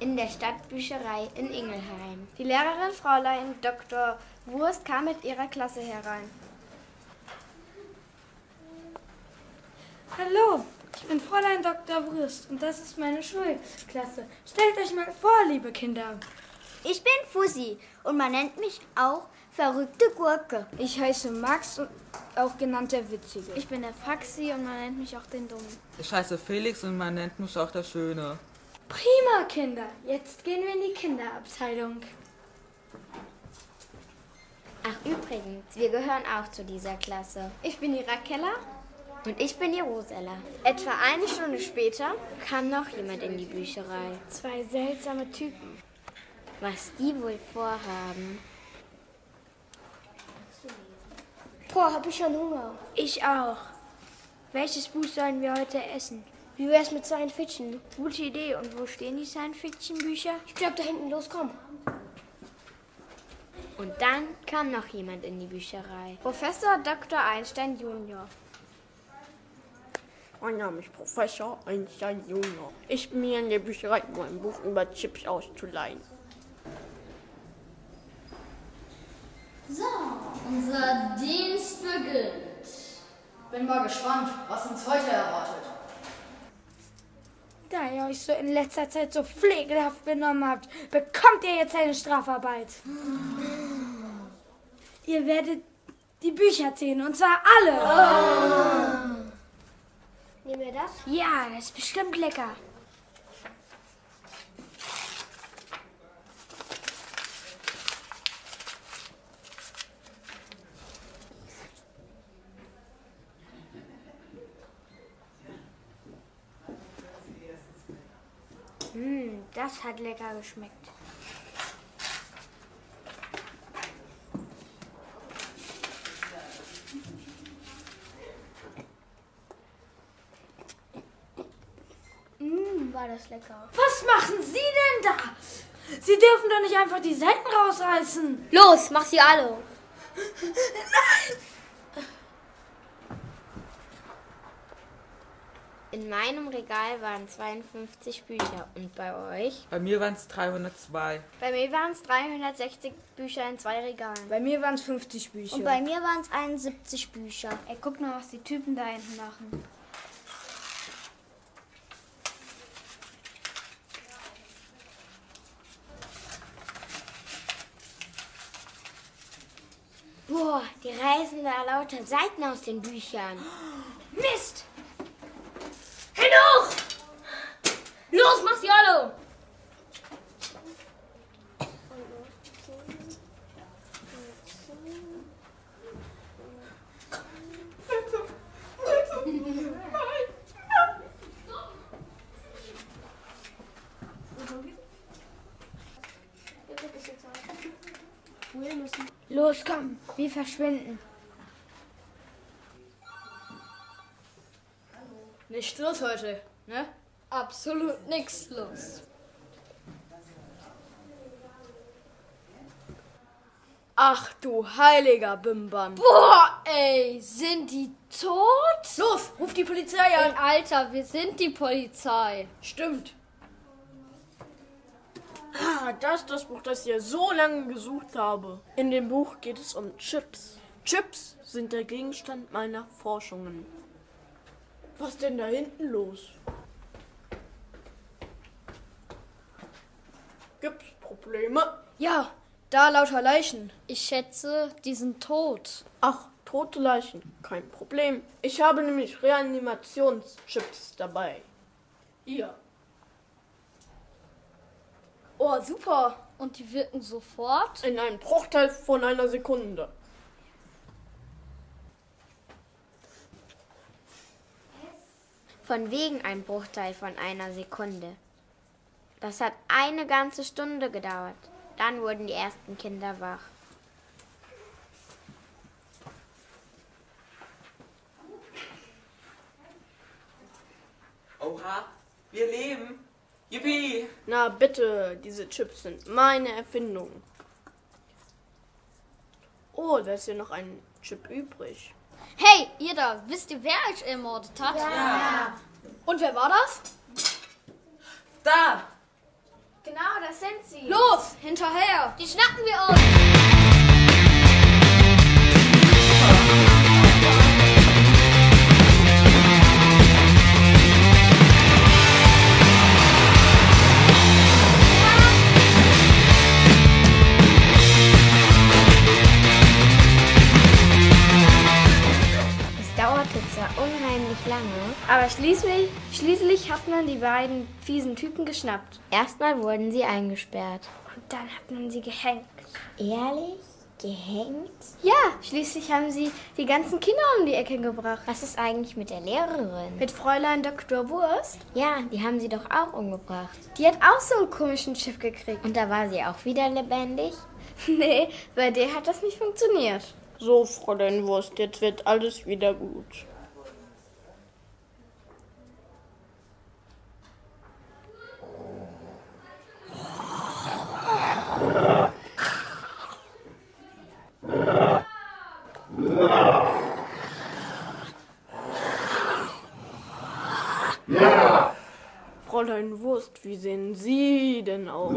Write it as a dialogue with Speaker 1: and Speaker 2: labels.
Speaker 1: in der Stadtbücherei in Ingelheim.
Speaker 2: Die Lehrerin Fräulein Dr. Wurst kam mit ihrer Klasse herein.
Speaker 3: Hallo, ich bin Fräulein Dr. Wurst und das ist meine Schulklasse. Stellt euch mal vor, liebe Kinder.
Speaker 1: Ich bin Fussi und man nennt mich auch verrückte Gurke.
Speaker 4: Ich heiße Max, und auch genannt der Witzige.
Speaker 5: Ich bin der Faxi und man nennt mich auch den Dummen.
Speaker 6: Ich heiße Felix und man nennt mich auch der Schöne.
Speaker 3: Prima, Kinder. Jetzt gehen wir in die Kinderabteilung.
Speaker 1: Ach übrigens, wir gehören auch zu dieser Klasse.
Speaker 2: Ich bin die Rakella
Speaker 1: Und ich bin die Rosella.
Speaker 2: Etwa eine Stunde später
Speaker 1: Kam noch jemand in die Bücherei.
Speaker 5: Zwei seltsame Typen.
Speaker 1: Was die wohl vorhaben?
Speaker 7: Boah, hab ich schon Hunger.
Speaker 5: Ich auch. Welches Buch sollen wir heute essen?
Speaker 7: Wie wär's mit Science Fiction?
Speaker 5: Gute Idee. Und wo stehen die Science-Fiction-Bücher?
Speaker 7: Ich glaub, da hinten los, komm.
Speaker 1: Und dann kam noch jemand in die Bücherei.
Speaker 2: Professor Dr. Einstein Junior.
Speaker 8: Mein Name ist Professor Einstein Junior. Ich bin hier in der Bücherei, um ein Buch über Chips auszuleihen.
Speaker 9: So, unser Dienst beginnt.
Speaker 10: Bin mal gespannt, was uns heute erwartet.
Speaker 3: Da ihr euch so in letzter Zeit so pflegehaft benommen habt, bekommt ihr jetzt eine Strafarbeit.
Speaker 7: Hm.
Speaker 3: Ihr werdet die Bücher ziehen, und zwar alle.
Speaker 7: Nehmen wir das?
Speaker 5: Ja, das ist bestimmt lecker.
Speaker 1: Hm,
Speaker 5: Mmh, das hat lecker geschmeckt.
Speaker 7: Mmm, war das lecker.
Speaker 3: Was machen Sie denn da? Sie dürfen doch nicht einfach die Seiten rausreißen.
Speaker 7: Los, mach sie alle.
Speaker 1: In meinem Regal waren 52 Bücher und bei euch?
Speaker 6: Bei mir waren es 302.
Speaker 2: Bei mir waren es 360 Bücher in zwei Regalen.
Speaker 4: Bei mir waren es 50 Bücher.
Speaker 7: Und bei mir waren es 71 Bücher.
Speaker 5: Ey, guck mal, was die Typen da hinten machen.
Speaker 1: Boah, die reißen da lauter Seiten aus den Büchern.
Speaker 9: Mist! Hände hoch! Los, mach sie alle!
Speaker 5: Los, komm, wir verschwinden.
Speaker 10: Nichts los heute, ne?
Speaker 7: Absolut nichts los.
Speaker 10: Ach du heiliger Bimbam.
Speaker 7: Boah, ey, sind die tot?
Speaker 10: Los, ruf die Polizei
Speaker 7: Ey,
Speaker 10: an.
Speaker 7: Alter, wir sind die Polizei.
Speaker 10: Stimmt.
Speaker 8: Ah, das ist das Buch, das ihr so lange gesucht habe. In dem Buch geht es um Chips. Chips sind der Gegenstand meiner Forschungen. Was denn da hinten los? Gibt's Probleme?
Speaker 10: Ja, da lauter Leichen.
Speaker 7: Ich schätze, die sind tot.
Speaker 8: Ach, tote Leichen. Kein Problem. Ich habe nämlich Reanimationschips dabei. Hier.
Speaker 10: Oh, super.
Speaker 7: Und die wirken sofort?
Speaker 8: In einem Bruchteil von einer Sekunde.
Speaker 1: Von wegen ein Bruchteil von einer Sekunde. Das hat eine ganze Stunde gedauert. Dann wurden die ersten Kinder wach.
Speaker 6: Oha, wir leben. Yippie.
Speaker 8: Na bitte, diese Chips sind meine Erfindung. Oh, da ist hier noch ein Chip übrig.
Speaker 7: Hey, ihr da, wisst ihr, wer euch ermordet hat?
Speaker 10: Und wer war das?
Speaker 6: Da.
Speaker 2: Genau, das sind sie.
Speaker 7: Los, hinterher!
Speaker 9: Die schnappen wir uns!
Speaker 1: Es dauerte zwar unheimlich lange,
Speaker 2: Aber schließlich, schließlich hat man die beiden fiesen Typen geschnappt.
Speaker 1: erstmal wurden sie eingesperrt.
Speaker 2: Und dann hat man sie gehängt.
Speaker 1: Ehrlich? Gehängt?
Speaker 2: Ja, schließlich haben sie die ganzen Kinder um die Ecke gebracht.
Speaker 1: Was ist eigentlich mit der Lehrerin?
Speaker 2: Mit Fräulein Dr. Wurst.
Speaker 1: Ja, die haben sie doch auch umgebracht.
Speaker 2: Die hat auch so einen komischen Chip gekriegt.
Speaker 1: Und da war sie auch wieder lebendig?
Speaker 2: nee, bei der hat das nicht funktioniert.
Speaker 8: So, Fräulein Wurst, jetzt wird alles wieder gut. Fräulein Wurst, wie sehen Sie denn aus?